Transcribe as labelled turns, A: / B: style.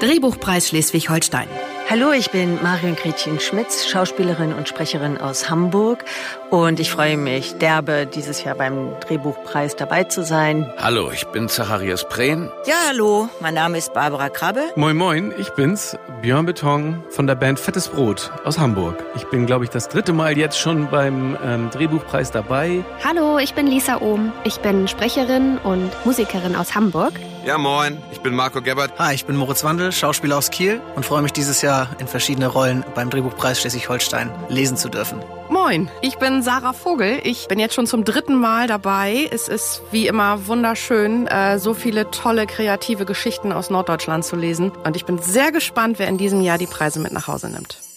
A: Drehbuchpreis Schleswig-Holstein.
B: Hallo, ich bin Marion Gretchen Schmitz, Schauspielerin und Sprecherin aus Hamburg. Und ich freue mich derbe, dieses Jahr beim Drehbuchpreis dabei zu sein.
C: Hallo, ich bin Zacharias Prehn.
D: Ja, hallo, mein Name ist Barbara Krabbe.
E: Moin Moin, ich bin's, Björn Beton von der Band Fettes Brot aus Hamburg. Ich bin, glaube ich, das dritte Mal jetzt schon beim ähm, Drehbuchpreis dabei.
F: Hallo, ich bin Lisa Ohm. Ich bin Sprecherin und Musikerin aus Hamburg.
G: Ja, moin, ich bin Marco Gebert.
H: Hi, ich bin Moritz Wandel, Schauspieler aus Kiel und freue mich dieses Jahr in verschiedene Rollen beim Drehbuchpreis Schleswig-Holstein lesen zu dürfen.
I: Moin, ich bin Sarah Vogel. Ich bin jetzt schon zum dritten Mal dabei. Es ist wie immer wunderschön, äh, so viele tolle kreative Geschichten aus Norddeutschland zu lesen. Und ich bin sehr gespannt, wer in diesem Jahr die Preise mit nach Hause nimmt.